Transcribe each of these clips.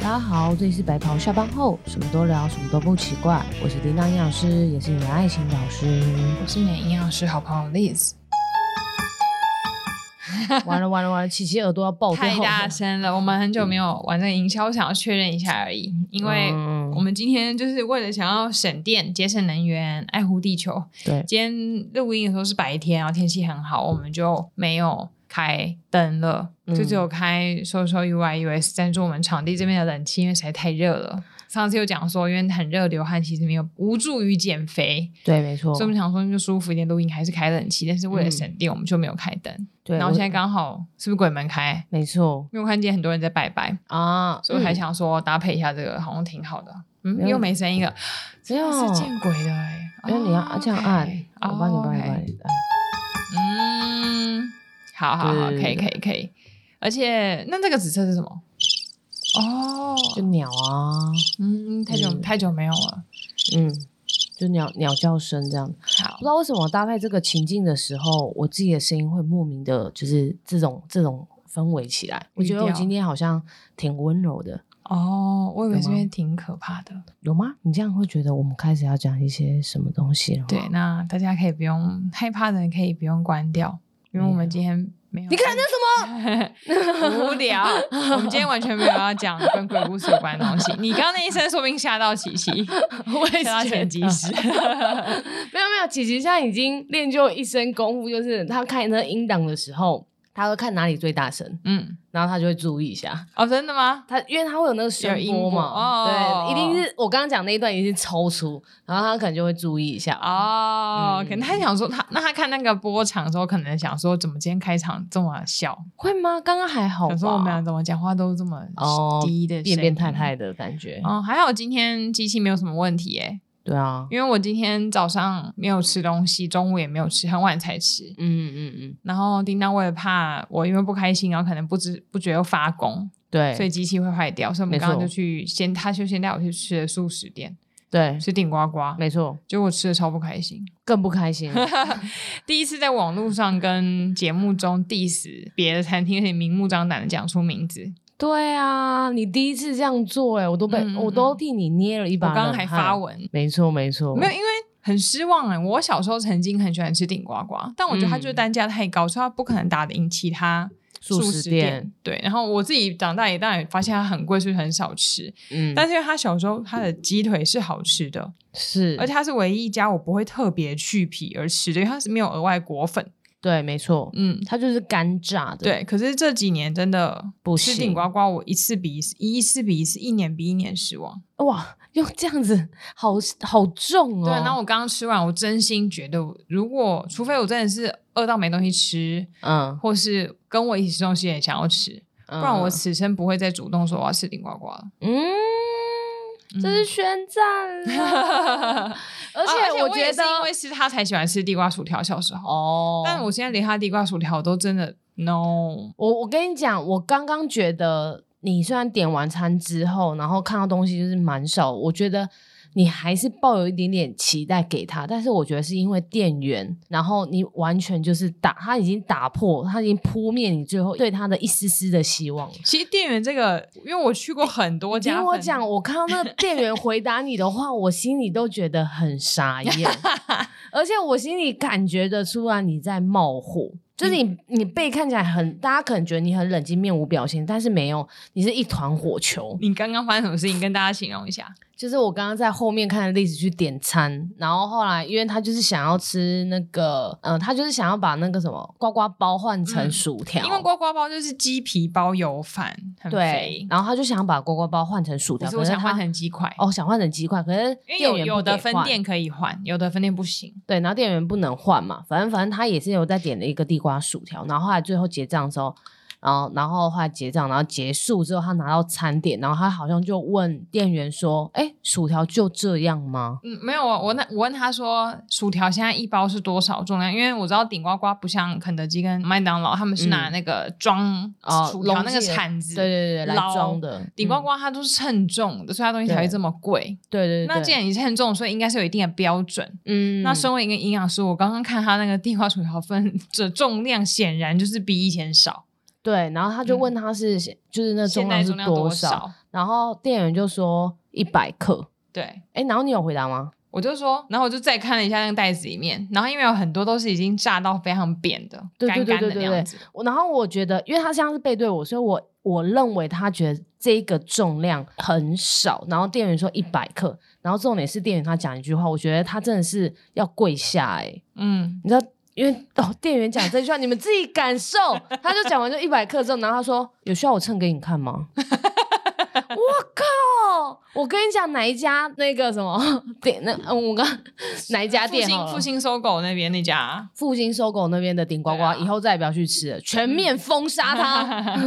大家好，这里是白袍下班后，什么都聊，什么都不奇怪。我是叮当营养师，也是你的爱情导 师。我是你的营养师好朋友 Liz，完了完了完了，琪琪耳朵要爆掉太大声了，我们很久没有玩这个营销，我想要确认一下而已，因为嗯我们今天就是为了想要省电、节省能源、爱护地球。对，今天录音的时候是白天，然后天气很好，我们就没有开灯了，嗯就只有开 Social UI US 赞助我们场地这边的冷气，因为实在太热了。上次有讲说，因为很热，流汗其实没有无助于减肥，对，没错所以我。们想说就舒服一点，录音还是开冷气，但是嗯为了省电，我们就没有开灯。对，然后我现在刚好是不是鬼门开？没错因为我看见很多人在拜拜，啊，所以我还嗯想说搭配一下这个，好像挺好的。没有嗯，又没声音了，没有真的是见鬼的哎、欸！因为你啊要这样按，哦我帮你，帮你 OK 帮你按。嗯，好好好，可对以可以可以。而且那这个紫色是什么？哦，就鸟啊，嗯，太久、嗯太久没有了。嗯，就鸟鸟叫声这样。不好知，道为什么搭在这个情境的时候，我自己的声音会莫名的，就是这种这种氛围起来。我觉得语我调今天好像挺温柔的。哦，我以为有这吗边挺可怕的。有吗？你这样会觉得我们开始要讲一些什么东西了吗？对，那大家可以不用害怕的人可以不用关掉，因为我们今天没有。你看那什么 无聊？我们今天完全没有要讲跟鬼故事有关的东 西。你刚刚那一声，说不定吓到琪琪，我也吓到前觉几得 师。没有没有，琪琪现在已经练就一身功夫，就是他看那音档的时候，他会看哪里最大声，嗯，然后他就会注意一下。哦，真的吗？他因为他会有那个声有音波波嘛，哦对，一定是我刚刚讲那一段一定是抽出，然后他可能就会注意一下。哦，嗯可能他想说他，那他看那个播场的时候，可能想说，怎么今天开场这么小？会吗？刚刚还好吧？想说我们俩怎么讲话都这么哦低的声音、变变态态的感觉。哦，还好今天机器没有什么问题耶、对啊，因为我今天早上没有吃东西，中午也没有吃，很晚才吃。嗯嗯嗯，然后叮当为了怕我因为不开心，然后可能不知不觉又发功，对，所以机器会坏掉，所以我没们错刚刚就去先，他就先带我去吃了素食店，对，吃顶呱呱，没错，结果我吃的超不开心。更不开 心了。第一次在网络上跟节目中 diss 别的餐厅，而且明目张胆的讲出名字，对啊，你第一次这样做、欸，哎，我都被、嗯嗯我都替你捏了一我把刚冷汗。哦刚还发，文，没错没错，没有，因为很失望哎、我小时候曾经很喜欢吃顶呱呱，但我觉得它嗯就是单价太高，所以它不可能打得赢其他素食食店对，然后我自己长大也当然也发现它很贵，所以很少吃。嗯，但是因为它小时候它的鸡腿是好吃的，是，而且它是唯一一家我不会特别去皮而吃的，因为它是没有额外裹粉。对，没错，嗯，它就是干炸的。对。可是这几年真的不吃行顶呱呱，我一次比一次，一次比一次，一年比一年失望。哇，又这样子，好好重哦。对，然后我刚刚吃完，我真心觉得我，如果除非我真的是饿到没东西吃，嗯，或是跟我一起吃东西也想要吃，不不然我此生不会再主动说我要吃顶呱呱了。 嗯。嗯啊这是宣战 啦，而而且我觉也是得因为是他才喜欢吃地瓜薯条，小时候。哦，但我现在连他地瓜薯条都真的 no，我我跟你讲，我刚刚觉得你虽然点完餐之后，然后看到东西就是蛮少，我觉得你还是抱有一点点期待给他，但是我觉得是因为店员，然后你完全就是打他已经打破，他已经扑灭你最后对他的一丝丝的希望了。其实店员这个，因为我去过很多家，听我讲，，我看到那个店员回答你的话，我心里都觉得很傻 眼，而且我心里感觉得出来你在冒火，就是嗯你你背看起来很，大家可能觉得你很冷静面无表情，但是没有，你是一团火球。你刚刚发生什么事情，跟大家形容一下。就是我刚刚在后面看的例子去点餐，然后后来因为他就是想要吃那个，嗯、他就是想要把那个什么呱呱包换成嗯薯条，因为呱呱包就是鸡皮包油饭，很对肥，。然后他就想把呱呱包换成薯可条，是可我是想换他成鸡块，哦，想换成鸡块，可是因为店有员有不的给分换店可以换，有的分店不行。对，然后店员不能换嘛，反正反正他也是有在点了一个地瓜薯条，然后后来最后结账的时候，然后然后后来结账，然后结束之后，他拿到餐点，然后他好像就问店员说：“哎，薯条就这样吗嗯，没有啊，我那我问他说，薯条现在一包是多少重量？因为我知道顶呱呱不像肯德基跟麦当劳，他们是拿嗯那个装哦薯条容那个器的铲？”子。对对对，来捞装的顶呱嗯呱它都是称重的，所以它东西才会对这么贵。对对对，那既然你称重，所以应该是有一定的标准。嗯，那身为一个营养师，我刚刚看他那个地瓜薯条分的重量，显然就是比以前少。对，然后他就问他是、就是那嗯现重在量是重量多少，？然后店员就说一百克。对，哎，然后你有回答吗？我就说，然后我就再看了一下那个袋子里面，然后因为有很多都是已经炸到非常扁的，对干对对干的对对那样子。我然后我觉得，因为他像是背对我，所以我我认为他觉得这个重量很少。然后店员说一百克，然后重点是店员他讲一句话，我觉得他真的是要跪下哎、诶嗯，你知道，因为哦，店员讲这句话，你们自己感受。他就讲完就一百克之后，然后他说：“有需要我称给你看吗？” 我靠！我跟你讲，哪一家那个什么店？那嗯，我刚哪一家复店好兴了？复兴搜狗那边那家啊，复兴搜狗那边的顶呱呱，对啊以后再也不要去吃了，全面封杀它。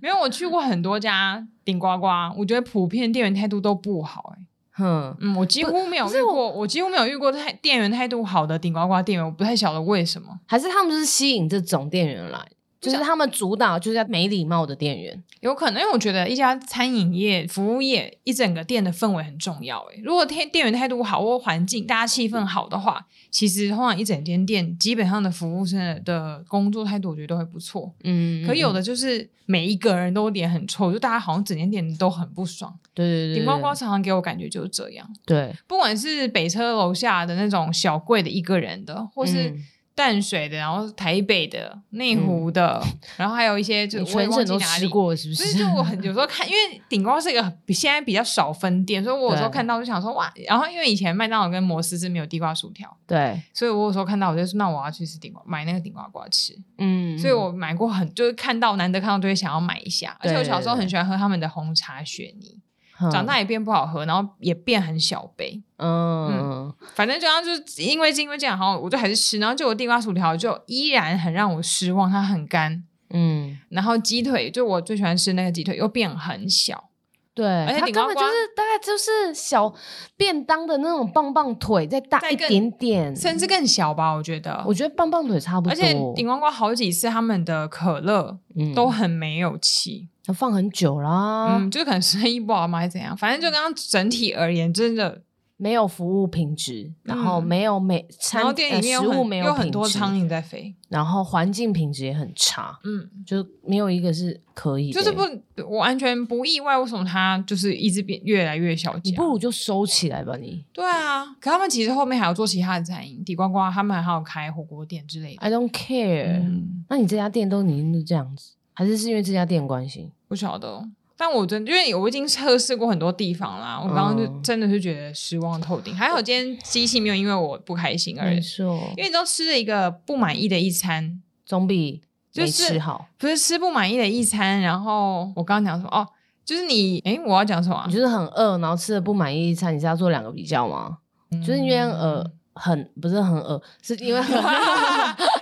没有，我去过很多家顶呱呱，我觉得普遍店员态度都不好、欸。哼，嗯，我几乎没有不是遇过，我几乎没有遇过态店员态度好的顶呱呱店员，我不太晓得为什么，还是他们就是吸引这种店员来，就是他们主导就是要没礼貌的店员。有可能因为我觉得一家餐饮业、服务业一整个店的氛围很重要、欸。如果店店员态度好或环境大家气氛好的话，其实通常一整间店基本上的服务生的的工作态度，我觉得都会不错。嗯，可有的就是每一个人都脸很臭，就大家好像整间店都很不爽。对对对，对顶呱呱常常给我感觉就是这样。对，不管是北车楼下的那种小柜的一个人的，或是嗯淡水的，然后台北的、内湖的，然后还有一些就你我也全忘省记都哪里吃。过了是不所是？以就我很有时候看，因为顶呱是一个很现在比较少分店，所以我有时候对看到就想说哇，然后因为以前麦当劳跟摩斯是没有地瓜薯条， 对，所以我有时候看到我就说那我要去吃顶呱买那个顶呱呱吃，嗯， 所以我买过很就是看到难得看到就会想要买一下，而且我对小时候对很喜欢喝他们的红茶雪泥，嗯长大也变不好喝，然后也变很小杯，嗯，反正就像就是因为是因为这样，好，我就还是吃，然后就我地瓜薯条就依然很让我失望，它很干。嗯，然后鸡腿，就我最喜欢吃那个鸡腿，又变很小，对，且它顶根呱本呱就是大概就是小便当的那种棒棒腿，再大再一更点点。甚至更小吧，我觉得。我觉得棒棒腿差不多，而且顶呱呱好几次他们的可乐嗯都很没有气，它放很久啦，嗯，就可能生意不好嘛，还是怎样，反正就刚刚整体而言，真的，没有服务品质，然后嗯没有美然后餐店呃里面食有物很没有品很多质苍蝇在飞，然后环境品质也很差，嗯，就没有一个是可以的，就是不，啊我完全不意外，为什么它就是一直变越来越小啊你家。不如就收起来吧你。对啊，可他们其实后面还有做其他的餐饮，底呱呱他们还有开火锅店之类的。 I don't care，、嗯，那你这家店都已经是这样子，还是是因为这家店的关系？不晓得，但我真因为我已经测试过很多地方啦，我刚刚就嗯真的是觉得失望透顶。还好今天机器没有因为我不开心而，没因错，为你知道吃了一个不满意的一餐，哎总比就没是吃好。不是吃不满意的一餐，然后我刚刚讲什么哦，就是你诶，我要讲什么啊、你就是很饿，然后吃的不满意一餐，你是要做两个比较吗？就是因为嗯呃，很不是很饿，是因 为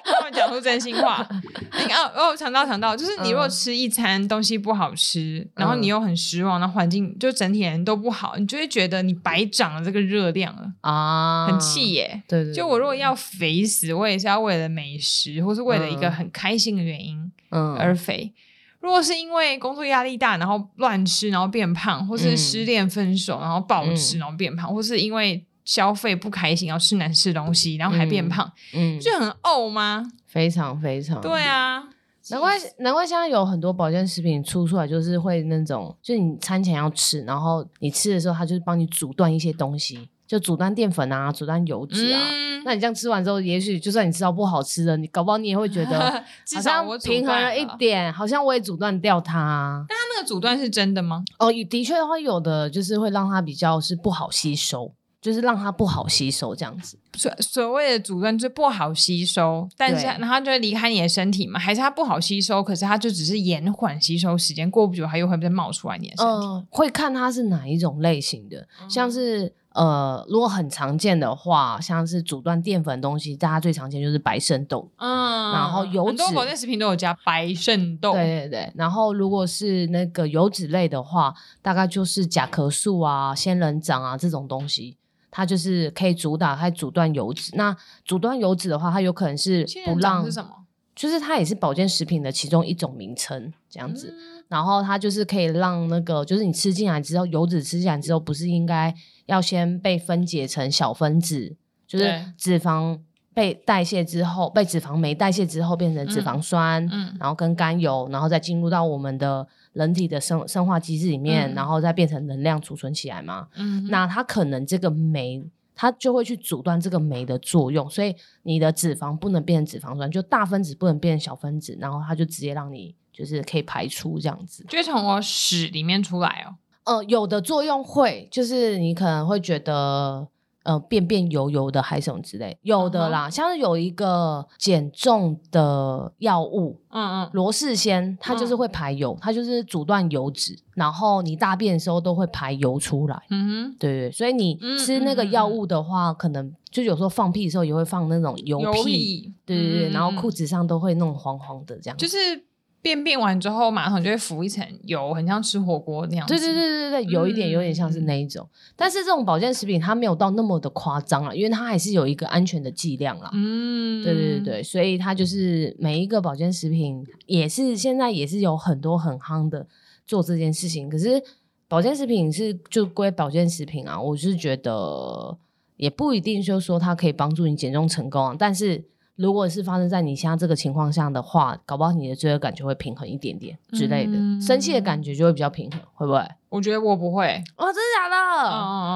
他们讲出真心 话。那个哦哦，想到想到，就是你如果嗯吃一餐东西不好吃，然后嗯你又很失望，那环境就整体人都不好，你就会觉得你白长了这个热量了，啊，很气。耶。对对，对就我如果要肥死，我也是要为了美食或是为了一个嗯很开心的原因嗯而肥。如果是因为工作压力大，然后乱吃，然后变胖，或是嗯失恋分手，然后暴嗯吃，然后变胖，或是因为消费不开心，然后吃难吃的东西，然后还变嗯胖，嗯不，是很呕吗？非常非常对。啊，难怪难怪现在有很多保健食品出出来，就是会那种，就是你餐前要吃，然后你吃的时候，它就是帮你阻断一些东西，就阻断淀粉啊，阻断油脂啊。嗯，那你这样吃完之后，也许就算你吃到不好吃的，你搞不好你也会觉 得至好少像我阻平衡断了一点，好像我也阻断掉它啊、他那个阻断是真的吗？哦，的确的话，有的就是会让它比较是不好吸收，就是让它不好吸收这样子。所所谓的阻断就不好吸收，但是对然后它就会离开你的身体嘛？还是它不好吸收，可是它就只是延缓吸收时间，过不久它又会再冒出来你的身嗯、体。会看它是哪一种类型的，像嗯是呃，如果很常见的话，像是阻断淀粉的东西，大家最常见就是白肾豆。嗯然后油很多脂保健食品都有加白肾豆，对对对，然后如嗯果是那个油脂类的话，大概就是甲壳素啊、仙人掌啊这种东西，它就是可以主打它阻断油脂。那阻断油脂的话，它有可能是仙不人掌让是什么？就是它也是保健食品的其中一种名称，这样子。嗯然后它就是可以让那个，就是你吃进来之后，油脂吃进来之后，不是应该要先被分解成小分子，就是对脂肪被代谢之后，被脂肪酶代谢之后变成脂肪酸，嗯然后跟甘油，然后再进入到我们的人体的生生化机制里面，嗯然后再变成能量储存起来嘛。嗯，那它可能这个酶，它就会去阻断这个酶的作用，所以你的脂肪不能变成脂肪酸，就大分子不能变成小分子，然后它就直接让你就是可以排出这样子。就会从我屎里面出来哦。呃，有的作用会，就是你可能会觉得。呃，便便油油的还是什么之类，有的啦像是有一个减重的药物，嗯嗯，罗氏鲜，它就是会排油，它就是阻断油脂，然后你大便的时候都会排油出来。嗯对对，所以你嗯吃那个嗯嗯药物的话，可能就有时候放屁的时候也会放那种油哼，屁，油屁，对对对，嗯然后裤嗯子上都会弄黄黄的这样。就是是便便完之后，马桶就会浮一层油，很像吃火锅那样子。嗯对对对对对，有一点有点像是那一种，但是这种保健食品它没有到那么的夸张啊啦，因为它还是有一个安全的剂量啦。嗯，对对对对，所以它就是每一个保健食品也是现在也是有很多很夯的做这件事情，可是保健食品是就归保健食品啊，我是觉得也不一定就说它可以帮助你减重成功、啊，但是如果是发生在你现在这个情况下的话，搞不好你的罪恶感就会平衡一点点之类的，嗯生气的感觉就会比较平衡，会不会？我觉得我不会。哦，真的假嗯的？嗯嗯，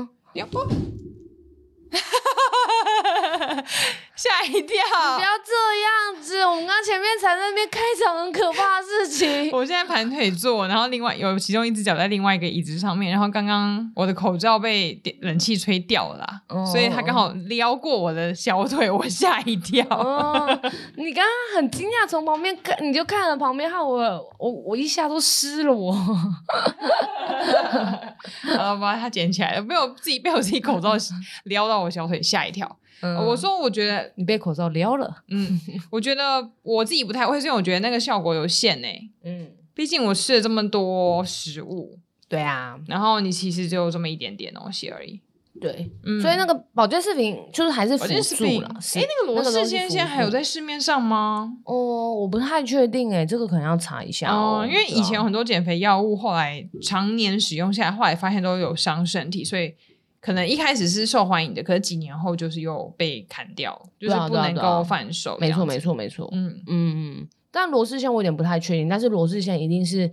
嗯，要不， 吓一不跳！要这样子，我们刚前面才在那边开场很可怕的事情。我现在盘腿坐，然后另外有其中一只脚在另外一个椅子上面，然后刚刚我的口罩被电冷气吹掉了啦，哦所以它刚好撩过我的小腿，我吓一跳。哦，你刚刚很惊讶，从旁边看你就看了旁边，害我我我一下都湿了我。然后把它捡起来了，没有自己被我自己口罩 撩到我小腿，吓一跳。嗯我说，我觉得，你被口罩撩了，嗯，我觉得我自己不太会，是因为我觉得那个效果有限呢、欸嗯，毕竟我吃了这么多食物，对啊，然后你其实只有这么一点点东西而已。对，嗯，所以那个保健食品就是还是辅保健食助品，了。哎是，那个罗那个氏东西鲜辅现在还有助在市面上吗？哦，我不太确定哎、这个可能要查一下哦哦，，因为以前有很多减肥药物，后来常年使用下来，后来发现都有伤身体，所以可能一开始是受欢迎的，可是几年后就是又被砍掉，就是对啊不对啊能对啊够贩售。没错没，错没错，嗯嗯嗯，但罗氏鲜我有点不太确定，但是罗氏鲜一定是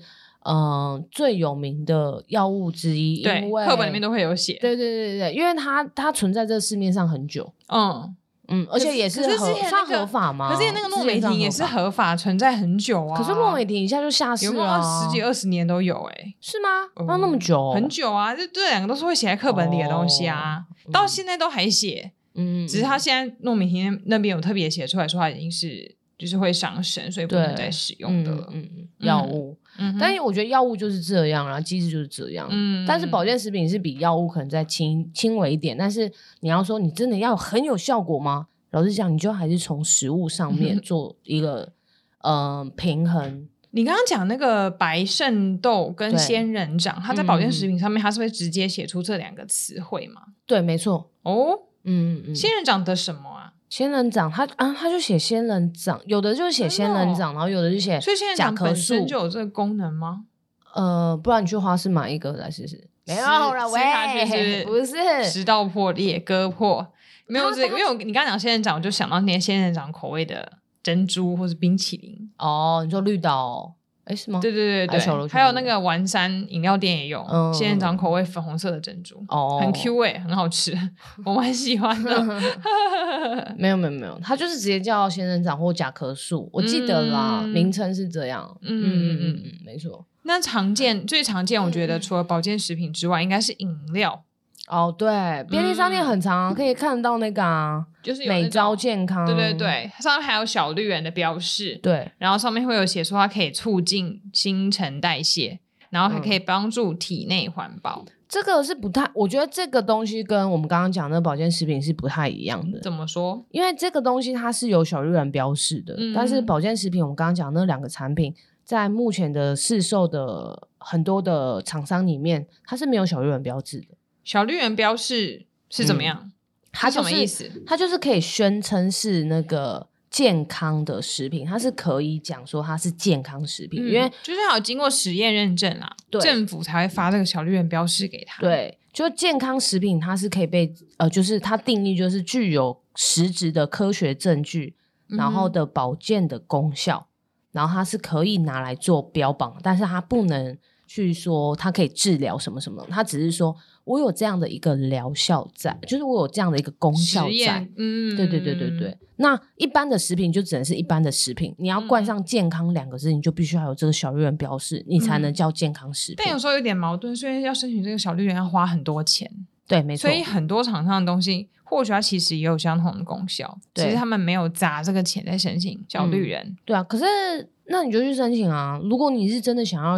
嗯、呃最有名的药物之一，对因为，课本里面都会有写。对对对对对，因为它它存在这个市面上很久。嗯，嗯，而且也可是合之前算那个合法吗？可是那个诺美啊之前算婷也是合法，合法存在很久啊。可是诺美婷一下就下市有没了有啊、到十几二十年都有？哎，是吗？嗯那那么久哦、很久啊，这这两个都是会写在课本里的东西啊，哦到现在都还写。嗯，嗯只是他现在糯米甜那边有特别写出来说他已经是就是会上升，所以不能对再使嗯用的嗯了。嗯嗯药物，嗯哼，但是我觉得药物就是这样啦，机制就是这样。嗯但是保健食品是比药物可能再轻轻微一点，但是你要说你真的要很有效果吗？老实讲，你就还是从食物上 面做一个呃平衡。你刚刚讲那个白肾豆跟对嗯仙人掌，它在保健食品上面它是会直接写出这两个词汇吗？对，没错。哦，嗯嗯嗯，仙人掌的什么啊？仙人掌，他啊，他就写仙人掌，有的就写仙人掌，然后有的就写哦所以仙人甲掌壳本素身。就有这个功能吗？呃，不然你去花市买一个来试试。没有了吃吃下去喂，是不不是，食道破裂、割破，没有它这，因为我你刚刚讲仙人掌，我就想到那些仙人掌口味的珍珠或是冰淇淋。哦，你说绿岛哦，哎是吗？对对对还有小对，鹿还有球那个丸山饮料店也有嗯仙人掌口味粉红色的珍珠，哦，很 Q 哎、很好吃， 我蛮喜欢的。没有没有没有，它就是直接叫仙人掌或甲壳素，我记得啦，嗯名称是这样。嗯嗯嗯嗯，没错。那常见最常见，我觉得除了保健食品之外，应该是饮料，哦，对，便利商店很长，可以看到那个啊，嗯就是有那种美招。健嗯康。对对对，上面还有小绿人的标示，对，然后上面会有写说它可以促进新陈代谢，然后还嗯可以帮助体内环保。这个是不太，我觉得这个东西跟我们刚刚讲的保健食品是不太一样的，怎么说？因为这个东西它是有小绿人标示的，嗯但是保健食品我们刚刚讲的那两个产品，在目前的市售的很多的厂商里面，它是没有小绿人标志的，小绿人标示是怎么嗯样？它是什就是么意？思？它就是可以宣称是那个。健康的食品，它是可以讲说它是健康食品，因为嗯就是要有经过实验认证啦，对政府才会发这个小绿人标示给他。，对，就健康食品它是可以被呃，就是它定义就是具有实质的科学证据，然嗯后的保健的功效，然后它是可以拿来做标榜，但是它不能去说它可以治疗什么什么，它只是说我有这样的一个疗效在，就是我有这样的一个功效实在验。，嗯，对对对对对，，那一般的食品就只能是一般的食品，你要冠嗯上“健康”两个字，你就必须要有这个小绿人标示，你才能嗯叫健康食品。但有时候有点矛盾，所以要申请这个小绿人要花很多钱，对，没错所，以很多厂商的东西或许它其实也有相同的功效，对只是他们没有砸这个钱在申请小绿人。对啊。可是那你就去申请啊，如果你是真的想要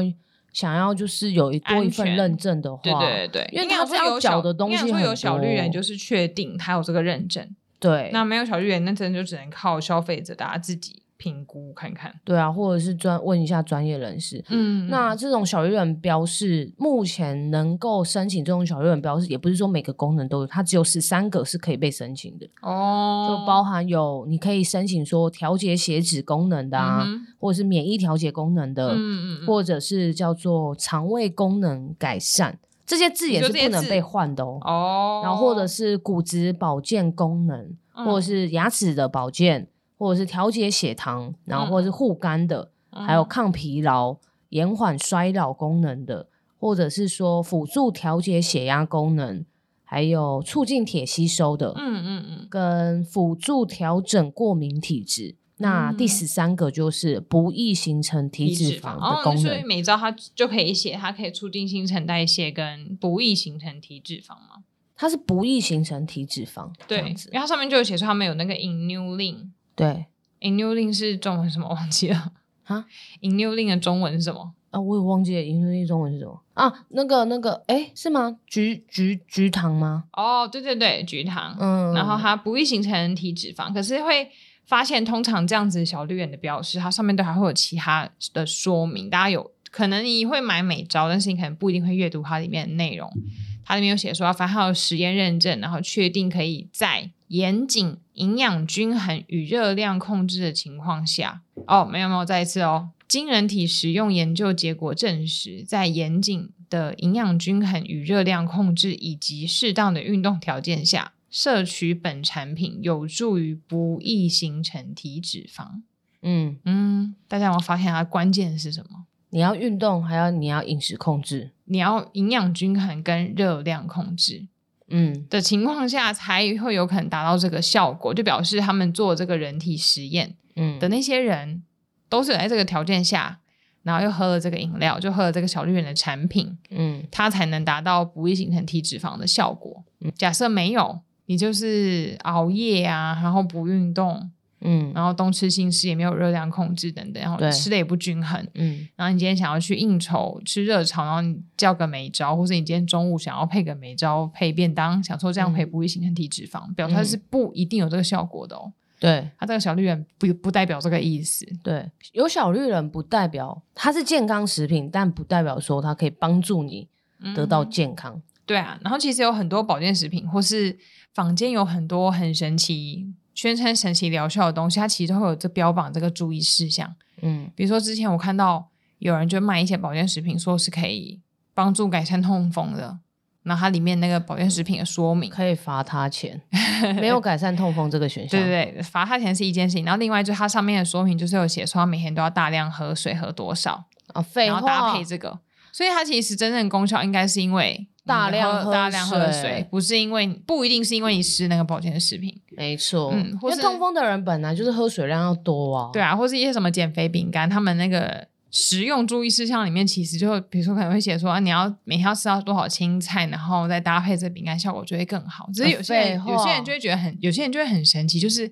想要就是有一多一份安全认证的话，对对对，因为应该它说是要有缴小的东西应该说有小绿很人多就是确定它有这个认证，对那没有小绿人，那真的就只能靠消费者大家自己评估看看。对啊，或者是专问一下专业人士。嗯那这种小绿人标示，目前能够申请这种小绿人标示，也不是说每个功能都有，它只有十三个是可以被申请的，哦，就包含有你可以申请说调节血脂功能的啊，嗯哼或者是免疫调节功能的，嗯嗯，嗯或者是叫做肠胃功能改善，这些字眼就是这些不能字被换的哦。哦，然后或者是骨质保健功能，或者嗯是牙齿的保健，或者是调节血糖，然后嗯或者是护肝的，还有抗疲劳、延缓衰老功能的，或者是说辅助调节血压功能，还有促进铁吸收的，嗯嗯嗯跟辅助调整过敏体质。那第嗯十三个就是不易形成体脂肪的哦，功所以能，每招它就可以写，它可以促进新陈代谢跟不易形成体脂肪嘛。它是不易形成体脂肪，这对，样因子为，它上面就有写说他们有那个 inulin。对 inulin 是中文什么忘记了啊 ？inulin 的中文是什么？啊，我也忘记了英文中文是什么啊？那个那个，哎，是吗？菊菊菊糖吗？哦，对对对，菊糖。嗯，然后它不易形成体脂肪，可是会发现通常这样子小绿人的标识，它上面都还会有其他的说明。大家有可能你会买美招，但是你可能不一定会阅读它里面的内容。它里面有写说，反正它有实验认证，然后确定可以在严谨、营养均衡与热量控制的情况下，哦，没有没有，再一次哦。经人体食用研究结果证实，在严谨的营养均衡与热量控制以及适当的运动条件下，摄取本产品有助于不易形成体脂肪。嗯，嗯，大家有没有发现它关键是什么？你要运动，还要你要饮食控制，你要营养均衡跟热量控制嗯，的情况下，才会有可能达到这个效果。就表示他们做这个人体实验，嗯的那些人，都是有在这个条件下，然后又喝了这个饮料，就喝了这个小绿人的产品，嗯它才能达到不易形成体脂肪的效果。嗯假设没有，你就是熬夜啊，然后不运动，嗯然后东吃西吃，也没有热量控制等等，然后对吃的也不均衡。嗯，然后你今天想要去应酬吃热炒，然后你叫个美招，或是你今天中午想要配个美招配便当，想说这样可以嗯不易形成体脂肪，表示它是不一定有这个效果的哦。对它这个小绿人不不代表这个意思，对，有小绿人不代表它是健康食品，但不代表说它可以帮助你得到嗯健康，对啊，然后其实有很多保健食品，或是坊间有很多很神奇、宣称神奇疗效的东西，它其实都会有这标榜这个注意事项。嗯比如说之前我看到有人就卖一些保健食品，说是可以帮助改善痛风的，然后它里面那个保健食品的说明，可以罚他 钱，没有改善痛风这个选项，对对对，罚他钱是一件事情，然后另外就是它上面的说明就是有写说他每天都要大量喝水，喝多少，啊，废然话，后搭配这个，所以它其实真正的功效应该是因为你大量喝喝大量喝水水，不是因为不一定是因为你吃那个保健食品，没错，嗯因或为是痛风的人本来就是喝水量要多啊，对啊，或是一些什么减肥饼干，他们那个食用注意事项里面，其实就比如说可能会写说、啊、你要每天要吃到多少青菜，然后再搭配这饼干，效果就会更好。只是有些人啊废话有些人就会觉得很，有些人就会很神奇，就是。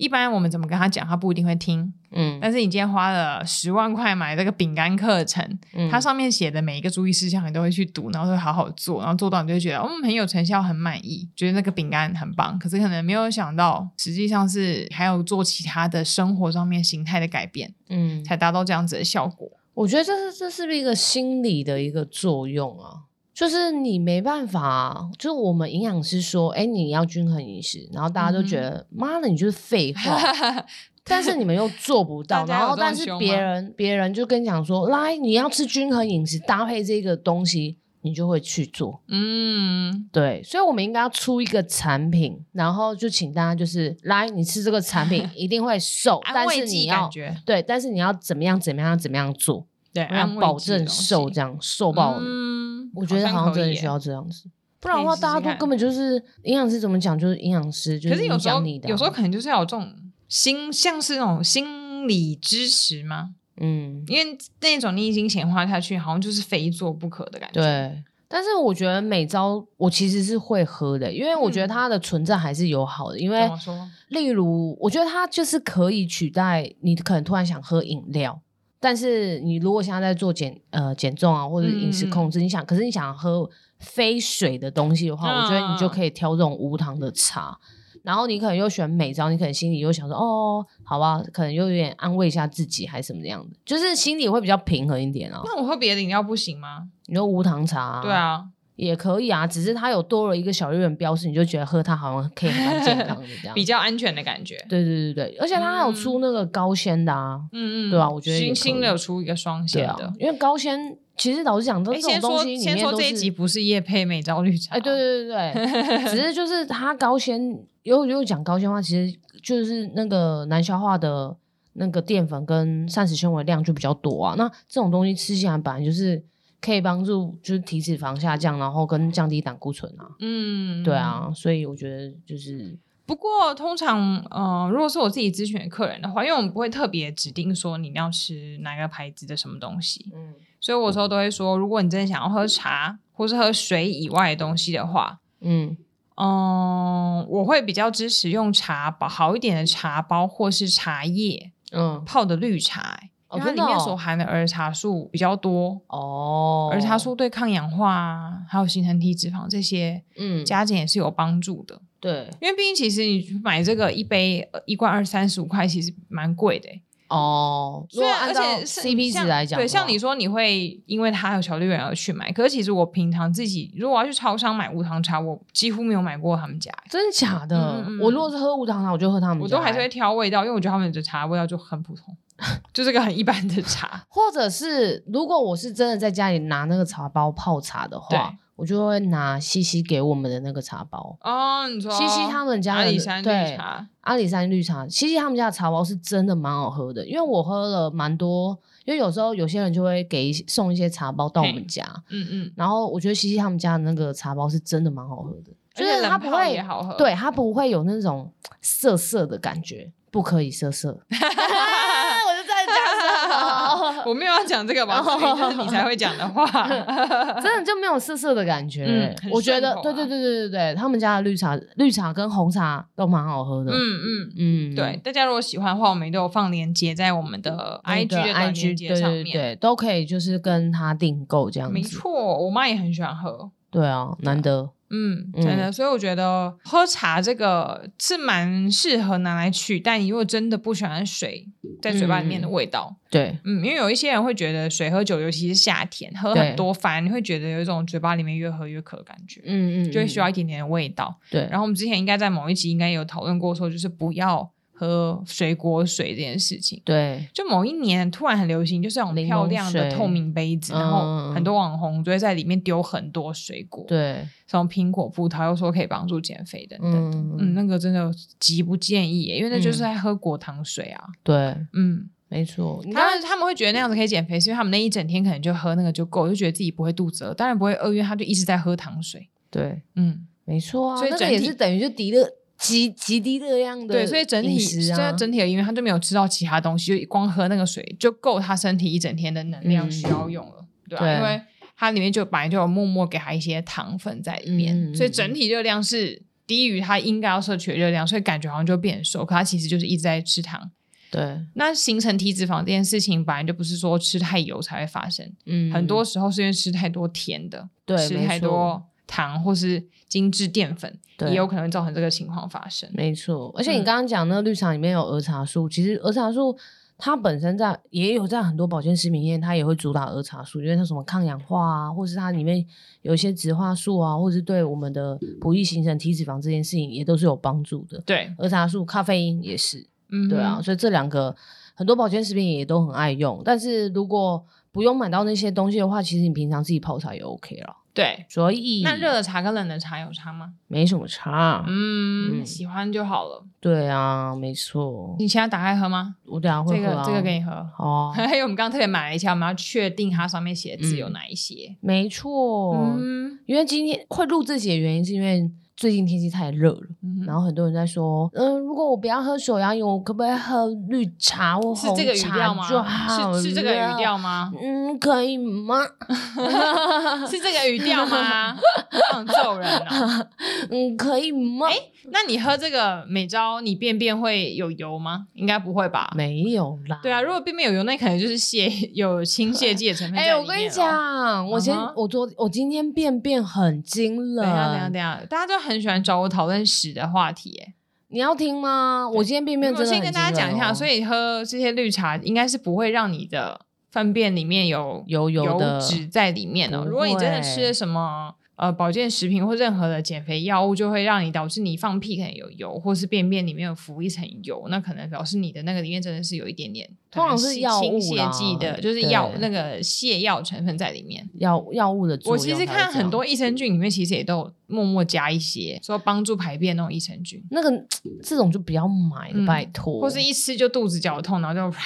一般我们怎么跟他讲，他不一定会听。嗯，但是你今天花了十万块买这个饼干课程，嗯它上面写的每一个注意事项，你都会去读，然后都会好好做，然后做到你就会觉得嗯很有成效，很满意，觉得那个饼干很棒。可是可能没有想到，实际上是还有做其他的生活上面形态的改变，嗯，才达到这样子的效果。我觉得这是这是不是一个心理的一个作用啊？就是你没办法，就是我们营养师说，哎，你要均衡饮食，然后大家都嗯觉得，妈的，你就是废 话。但是你们又做不到，大家然后有这么但是凶吗别人别人就跟你讲说，来，你要吃均衡饮食，搭配这个东西，你你就会去做。嗯，对，所以我们应该要出一个产品，然后就请大家就是来，你吃这个产 品一定会瘦，安但慰是剂你感要觉，对，但是你要怎么样怎么样怎么样做，对，然安后慰保剂的证东瘦西这样瘦爆你。嗯我觉得好像真的需。可以耶要这样子，不然的可话，以试试大家都看根本就是营养师怎么讲就是营养师，就可是有你时候讲你的啊，有时候可能就是要有这种心，像是那种心理支持吗？嗯，因为那种你已经显化下去，好像就是非做不可的感觉。，对。但是我觉得每招我其实是会喝的，因为我觉得嗯它的存在还是有好的，因为怎么说？例如，我觉得它就是可以取代你可能突然想喝饮料，但是你如果现在在做减呃减重啊，或者饮嗯食控制，你想可是你想喝非水的东西的话，嗯我觉得你就可以挑这种无糖的茶。然后你可能又选美招，你可能心里又想说哦，好吧，可能又有点安慰一下自己，还是什么样的，就是心里会比较平衡一点啊。那我喝别的饮料不行吗？你说无糖茶、对，啊，也可以啊，只是它有多了一个小日元标识，你就觉得喝它好像可以很健康的这样比。较安全的感觉。对对对对，而且它嗯还有出那个高纤的啊，嗯嗯，对啊我觉得也新可新以的有出一个双对线啊的。，因为高纤其实老实讲，这哎，种先东说西里先面说都这是一集不是夜配美招绿茶，哦哎，对对对 对，只是就是它高纤，有有讲高纤的话，其实就是那个难消化的那个淀粉跟膳食纤维量就比较多啊。那这种东西吃起来本来就是可以帮助就是体脂肪下降，然后跟降低胆固醇啊。嗯，对。啊，所以我觉得就是不过通常，呃，如果是我自己咨询的客人的话，因为我们不会特别指定说你一定要吃哪个牌子的什么东西，嗯所以我有时候都会说，如果你真的想要喝茶或是喝水以外的东西的话，嗯嗯，我会比较支持用茶包好一点的茶包或是茶叶嗯泡的绿茶、欸哦因为它真的里面哦所含的儿茶素比较多，哦，儿茶素对抗氧化啊，还有形成体脂肪这些嗯加减也是有帮助的。对因为毕竟其实你去买这个一杯呃一罐二三十五块，其实蛮贵的欸、哦，如虽果然按而照且是 CP 像值来讲的话，对，像你说你会因为它有小绿人而去买，可是其实我平常自己如果要去超商买无糖茶，我几乎没有买过他们家欸、真的假的？嗯嗯嗯我如果是喝无糖茶，我就喝他们家欸，我都还是会挑味道，因为我觉得他们的茶味道就很 普通，就是个很一般的茶。或者是如果我是真的在家里拿那个茶包泡茶的话对，我就会拿西西给我们的那个茶包。哦，你说西西他们家的阿里山绿对茶，阿里山绿茶，西西他们家的茶包是真的蛮好喝的，因为我喝了蛮多，因为有时候有些人就会给一些送一些茶包到我嘿们家，嗯嗯，然后我觉得西西他们家的那个茶包是真的蛮好喝的，就是而且冷它不泡会也好喝，对，它不会有那种涩涩的感觉，不可以涩 涩。我就在讲什么？ 我没有要讲这个吧，所以这是你才会讲的话。 真的就没有涩涩的感觉、欸嗯很我觉顺得口啊对对对对对对，他们家的绿茶、绿茶跟红茶都蛮好喝的。嗯嗯嗯，嗯，对，大家如果喜欢的话，我们都有放链接在我们的那 IG 个的短 IG 链接上对对面。对，都可以就是跟他订购这样子。没，错，我妈也很喜欢喝。对啊，难得。嗯，嗯真的，所以我觉得喝茶这个是蛮适合拿来取代你如果真的不喜欢水在嘴巴里面的味道，对嗯因为有一些人会觉得水喝久，尤其是夏天喝很对多，反而你会觉得有一种嘴巴里面越喝越渴的感觉，嗯，嗯嗯，就会需要一点点的味道。对，然后我们之前应该在某一集应该有讨论过，说就是不要喝水果水这件事情。对就某一年突然很流行，就是那种柠檬漂亮水的透明杯子，然后嗯很多网红就会在里面丢很多水果，，对，什么苹果、葡萄，又说可以帮助减肥等等。嗯嗯嗯那个真的极不建议耶，因为那就是在喝果糖水啊。对，嗯，没错。你他刚们他们会觉得那样子可以减肥，是因为他们那一整天可能就喝那个就够，就觉得自己不会肚子饿，当然不会饿，因为他就一直在喝糖水。对，嗯，没错啊，所以那整个也体是等于就低热极极低热量的对，所以整体饮食现在啊，整体而言，他就没有吃到其他东西，就光喝那个水就够他身体一整天的能量嗯需要用了，对吧、啊对因为它里面就本来就有默默给他一些糖分在里面，嗯嗯嗯所以整体热量是低于他应该要摄取的热量，所以感觉好像就变瘦，可他其实就是一直在吃糖。对，那形成体脂肪这件事情，本来就不是说吃太油才会发生，嗯，很多时候是因为吃太多甜的，对吃没太错多糖或是精致淀粉，对也有可能会造成这个情况发生。没错。而且嗯你刚刚讲那个绿茶里面有儿茶素，其实儿茶素它本身在也有在很多保健食品里面，它也会主打儿茶素，因为它什么抗氧化啊，或是它里面有一些植化素啊，或是对我们的不易形成体脂肪这件事情也都是有帮助的。对，儿茶素、咖啡因也是，嗯哼，啊对啊，所以这两个很多保健食品也都很爱用，但是如果不用买到那些东西的话，其实你平常自己泡茶也 OK 了。对，所以那热的茶跟冷的茶有差吗？没什么差。嗯，嗯喜欢就好了。对啊，没错。你现在打开喝吗？我等一下会嗯这喝、个啊这个给你喝。 哦，还有我们刚刚特别买了一下，我们要确定它上面写的字有嗯哪一些。没错。嗯，因为今天会录这集的原因，是因为最近天气太热了。嗯然后很多人在说，嗯、如果我不要喝手摇饮，我可不可以喝绿茶或是红这个语调茶吗？就好啊是是这个了语 调吗？嗯，可以吗？是这个语 调吗？想揍人哦！嗯，可以吗？那你喝这个每朝你便便会有油吗？应该不会吧？没有啦。对啊，如果便便有油，那可能就是泻 有清泻剂的成分在哎、里面咯。我跟你讲，我先、嗯哼我昨我今天便便很惊等人一，下，等一下，等一下，大家都很喜欢找我讨论屎的话题、欸，你要听吗？我今天便便我真的先跟大家讲一下，所以以喝这些绿茶应该是不会让你的粪便里面有油油油的脂在里面哦。不如果你真的会吃了什么呃保健食品或任何的减肥药物，就会让你导致你放屁可能有油，或是便便里面有浮一层油，那可能表示你的那个里面真的是有一点点，通常是药清物泻啦剂的，就是药对那个泻药成分在里面。药药物的作我用其实才会看这很样多益生菌里面，其实也都有默默加一些，说帮助排便那种益生菌。那个这种就不要买了，嗯拜托。或是一吃就肚子绞痛，然后就啪。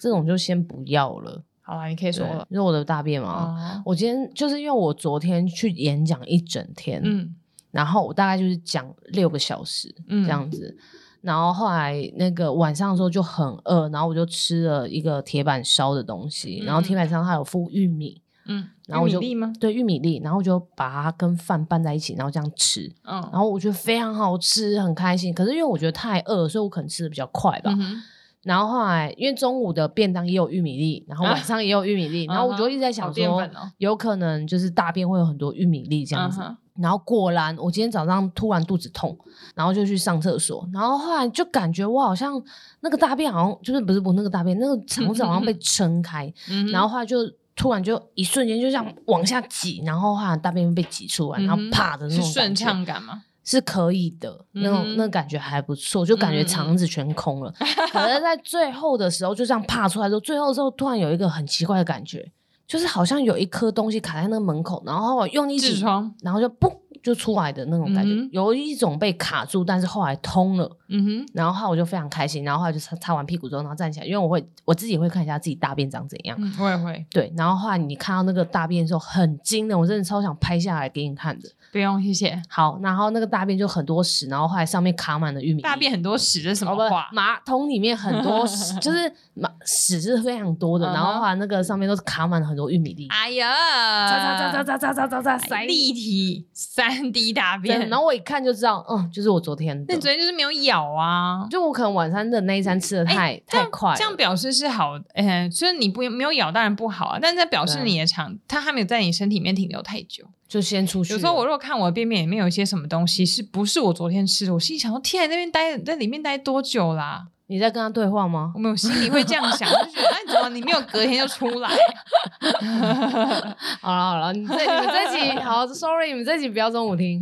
这种就先不要了。嗯好了，你可以说了。对，是我的大便嘛。哦，我今天就是因为我昨天去演讲一整天，嗯然后我大概就是讲六个小时嗯，这样子。然后后来那个晚上的时候就很饿，然后我就吃了一个铁板烧的东西，嗯然后铁板烧它有附玉米，嗯，然后我玉就米粒吗？对玉米粒，然后我就把它跟饭拌在一起，然后这样吃，嗯，然后我觉得非常好吃，很开心。可是因为我觉得太饿，所以我可能吃的比较快吧。嗯哼然后后来因为中午的便当也有玉米粒，然后晚上也有玉米粒，然后我就一直在啊 好想淀说，粉哦，有可能就是大便会有很多玉米粒这样子。嗯哼然后果然，我今天早上突然肚子痛，然后就去上厕所，然后后来就感觉我好像那个大便好像就是不是不是那个大便，那个肠嗯子好像被撑开，嗯哼然后后来就突然就一瞬间就这样往下挤，然后后来大便被挤出来，嗯然后哼啪的那是种顺感觉畅感吗？是可以的，那种、嗯那感觉还不错，就感觉肠子全空了。可是，在最后的时候，就这样爬出来之后，最后的时候突然有一个很奇怪的感觉，就是好像有一颗东西卡在那个门口，然后我用力痔挤，疮，然后就嘣就出来的那种感觉，嗯有一种被卡住，但是后来通了。嗯然后后来我就非常开心，然后后来就擦擦完屁股之后，然后站起来，因为我会我自己会看一下自己大便长怎样。哼，嗯，我也会，对，然后后来你看到那个大便的时候很惊人，我真的超想拍下来给你看的。不用谢谢。好，然后那个大便就很多屎，然后后来上面卡满了玉米粒大便很多屎，这是什哦么话不，？马桶里面很多 屎，就是马屎是非常多的，嗯哼然后后来那个上面都是卡满了很多玉米粒，哎呀，哎渣渣渣渣渣渣渣渣塞立体三 D 大真的便。然后我一看就知道，嗯，就是我昨天的那你，昨天就是没有咬啊？就我可能晚餐的那一餐吃的太哎这 太样快了，这样表示是好，呃，就是你不没有咬当然不好啊，但是这表示对你的肠它还没有在你身体里面停留太久。就先出去了。有时候我如果看我的便便里面有一些什么东西，是不是我昨天吃的？我心里想说，天啊，那边待在里面待多久啦？你在跟他对话吗 我？们有心里会这样想，就觉得哎，怎么你没有隔天就出来？ 好了好了，你这你们这 集好，sorry，你们这集不要中午听，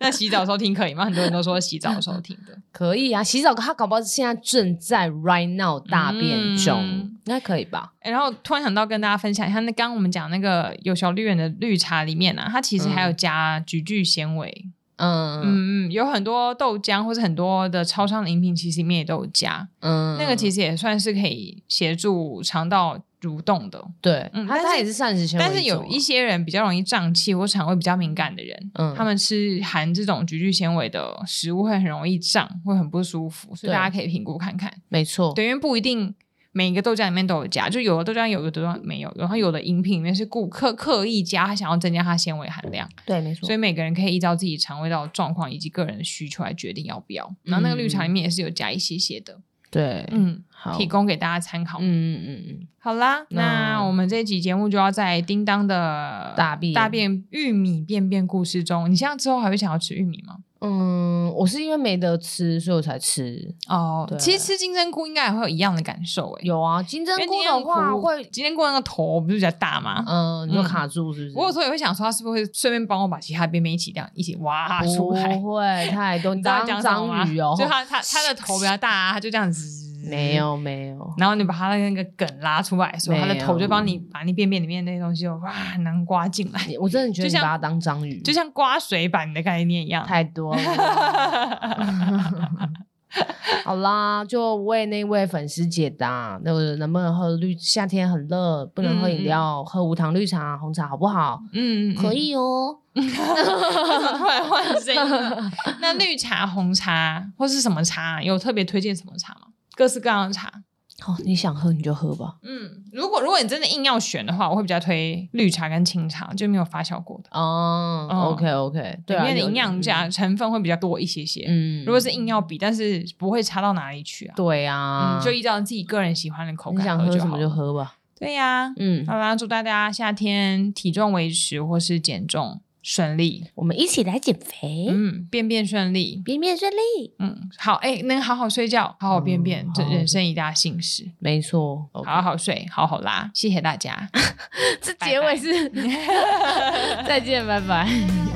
那洗澡的时候听可以吗？很多人都说洗澡的时候听的，可以啊，洗澡他搞不好现在正在 right now 大便中，嗯应该可以吧？哎然后突然想到跟大家分享一下，那刚刚我们讲那个有小绿人的绿茶里面啊，它其实还有加菊苣纤维，嗯嗯嗯，有很多豆浆或者很多的超商的饮品，其实里面也都有加，嗯，那个其实实也算是可以协助肠道蠕动的。对，嗯他但他是也是膳食纤维但种啊，是有一些人比较容易胀气或肠胃比较敏感的人，嗯他们吃含这种菊苣纤维的食物会很容易胀，会很不舒服，所以对大家可以评估看看。没错，对，因为不一定每一个豆浆里面都有加，就有的豆浆有，有的豆浆没有，然后有的饮品里面是顾客刻意加，他想要增加它纤维含量，对没错所以每个人可以依照自己肠胃道的状况以及个人的需求来决定要不要。然后那个绿茶里面也是有加一些些的，嗯对，嗯，好，提供给大家参考。嗯嗯嗯嗯，好啦，那那我们这一集节目就要在叮当的大便大便玉米便便故事中，你现在之后还会想要吃玉米吗？嗯，我是因为没得吃，所以我才吃。哦对其实吃金针菇应该也会有一样的感受诶、有啊，金针因为菇金针的话菇会，金针菇那个头不是比较大吗？嗯，你就嗯卡住是不是？我有时候也会想说，他是不是会顺便帮我把其他便便一起这样一起挖出来？不会太多， 你你知道当讲什么吗章鱼哦，就他他他的头比较大、啊，他就这样子没有没有，然后你把它的那个梗拉出来的时候，没它有的头就帮你把你便便里面那些东西就哇南刮进来，你我真的觉得就你像把它当章鱼，就像刮水板的概念一样。 太多了。 好啦，就为那位粉丝解答，那个能不能喝绿？夏天很热，不能喝饮料，喝无糖绿茶、红茶好不好？ 嗯嗯，嗯可。 以哦。嗯突然换声音了。那绿茶、红茶或是什么茶，有特别推荐什么茶吗？各式各样的茶。好、哦你想喝你就喝吧。嗯，如果如果你真的硬要选的话，我会比较推绿茶跟清茶，就没有发酵过的，哦、嗯 o k OK，对、啊，里面的有营养价，成分会比较多一些些。嗯，如果是硬要比，但是不会差到哪里去啊。对啊，嗯，就依照自己个人喜欢的口你感想喝就什好么了。就喝吧。对呀、嗯，好啦，祝大家夏天体重维持或是减重顺利，我们一起来减肥，嗯，便便顺利，便便顺利。嗯，好，哎、能好好睡觉，好好便便嗯，这、好人生一大幸事。没错，好好睡，好好拉，谢谢大家。这 拜 结拜尾是再见，拜拜。